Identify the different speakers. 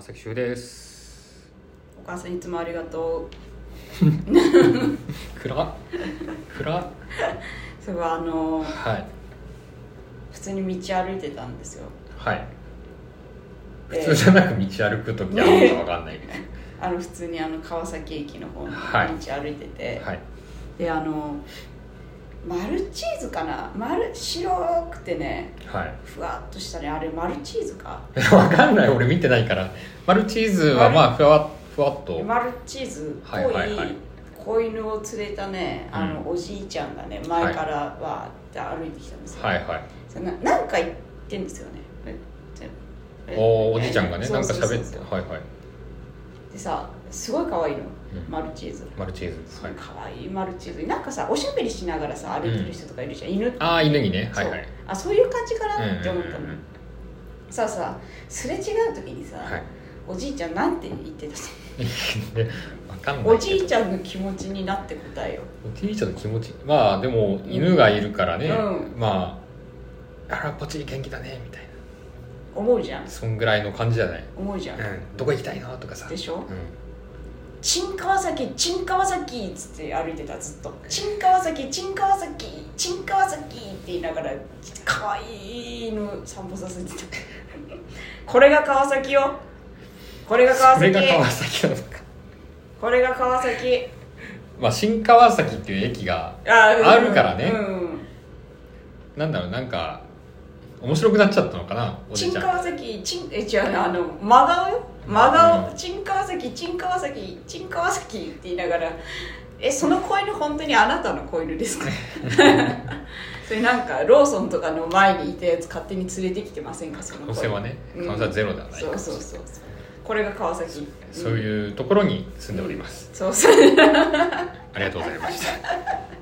Speaker 1: 崎修です
Speaker 2: お母さんいつもありがと
Speaker 1: 暗っ暗っ
Speaker 2: うすごいあの
Speaker 1: はい
Speaker 2: 普通に道歩いてたんですよ
Speaker 1: はい
Speaker 2: えー
Speaker 1: 普通じゃなく道歩く時あるのか分かんないけど
Speaker 2: あの普通にあの川崎駅の方の道
Speaker 1: はい
Speaker 2: 歩いてて、
Speaker 1: はい
Speaker 2: であのマルチーズかな丸白くてね
Speaker 1: はい
Speaker 2: ふわっとしたねあれマルチーズか
Speaker 1: 分かんない 俺見てないからマルチーズはまあふわふわっと
Speaker 2: マルチーズっぽい、
Speaker 1: はいはいはい
Speaker 2: 子犬を連れたねあの、おじいちゃんがね前からわーって歩いてきたんですよ、
Speaker 1: はいはい
Speaker 2: それななんか言ってんですよねえじゃえ
Speaker 1: おおじいちゃんがね
Speaker 2: そう
Speaker 1: なんか
Speaker 2: そうそう
Speaker 1: 喋ってはいはい
Speaker 2: でさすごい可愛いの、
Speaker 1: うん
Speaker 2: マルチーズ
Speaker 1: マルチーズはい
Speaker 2: 可愛いマルチーズなんかさおしゃべりしながらさ歩いてる人とかいるじゃん、犬
Speaker 1: ああ犬にね
Speaker 2: そ
Speaker 1: は
Speaker 2: う
Speaker 1: いはい
Speaker 2: あそういう感じかなって
Speaker 1: うん
Speaker 2: 思っ
Speaker 1: うん
Speaker 2: た
Speaker 1: う
Speaker 2: の、
Speaker 1: ん
Speaker 2: さあさすれ違う時にさ、
Speaker 1: はい
Speaker 2: おじいちゃんなんて言ってたの
Speaker 1: で分かんないけど
Speaker 2: おじいちゃんの気持ちになって答えよ
Speaker 1: おじいちゃんの気持ちまあでも犬がいるからね、
Speaker 2: う
Speaker 1: まああらこっち元気だねみたいな
Speaker 2: 思うじゃん
Speaker 1: そんぐらいの感じじゃない、
Speaker 2: 思うじゃん、
Speaker 1: うん、どこ行きたいのとかさ
Speaker 2: でし
Speaker 1: う
Speaker 2: ょ「チン川崎チン川崎」っつって歩いてたずっと「チン川崎チン川崎チン川崎」って言いながら可愛い犬散歩させてた これが川崎よこれが
Speaker 1: ん、
Speaker 2: 川
Speaker 1: そ
Speaker 2: 崎
Speaker 1: れが川崎なのか
Speaker 2: これが川崎
Speaker 1: まあ新川崎っていう駅が
Speaker 2: あうん
Speaker 1: あるからね
Speaker 2: うん
Speaker 1: なんだろうなんか面白くなっちゃったのかなおじ
Speaker 2: チ
Speaker 1: い
Speaker 2: ン
Speaker 1: ちゃん
Speaker 2: カワサキチンえ違うねあの真顔よ真顔、
Speaker 1: う
Speaker 2: チンカワサキチンカワサキチンカワサキって言いながらえその子犬本当にあなたの子犬ですか それなんかローソンとかの前にいたやつ勝手に連れてきてませんかそ
Speaker 1: 可
Speaker 2: の子
Speaker 1: 能性はね可
Speaker 2: うん
Speaker 1: 能性はゼロではない、
Speaker 2: そうそうそうそうこれが川崎
Speaker 1: そう
Speaker 2: うん
Speaker 1: いうところに住んでおります、
Speaker 2: そうそう
Speaker 1: ありがとうございました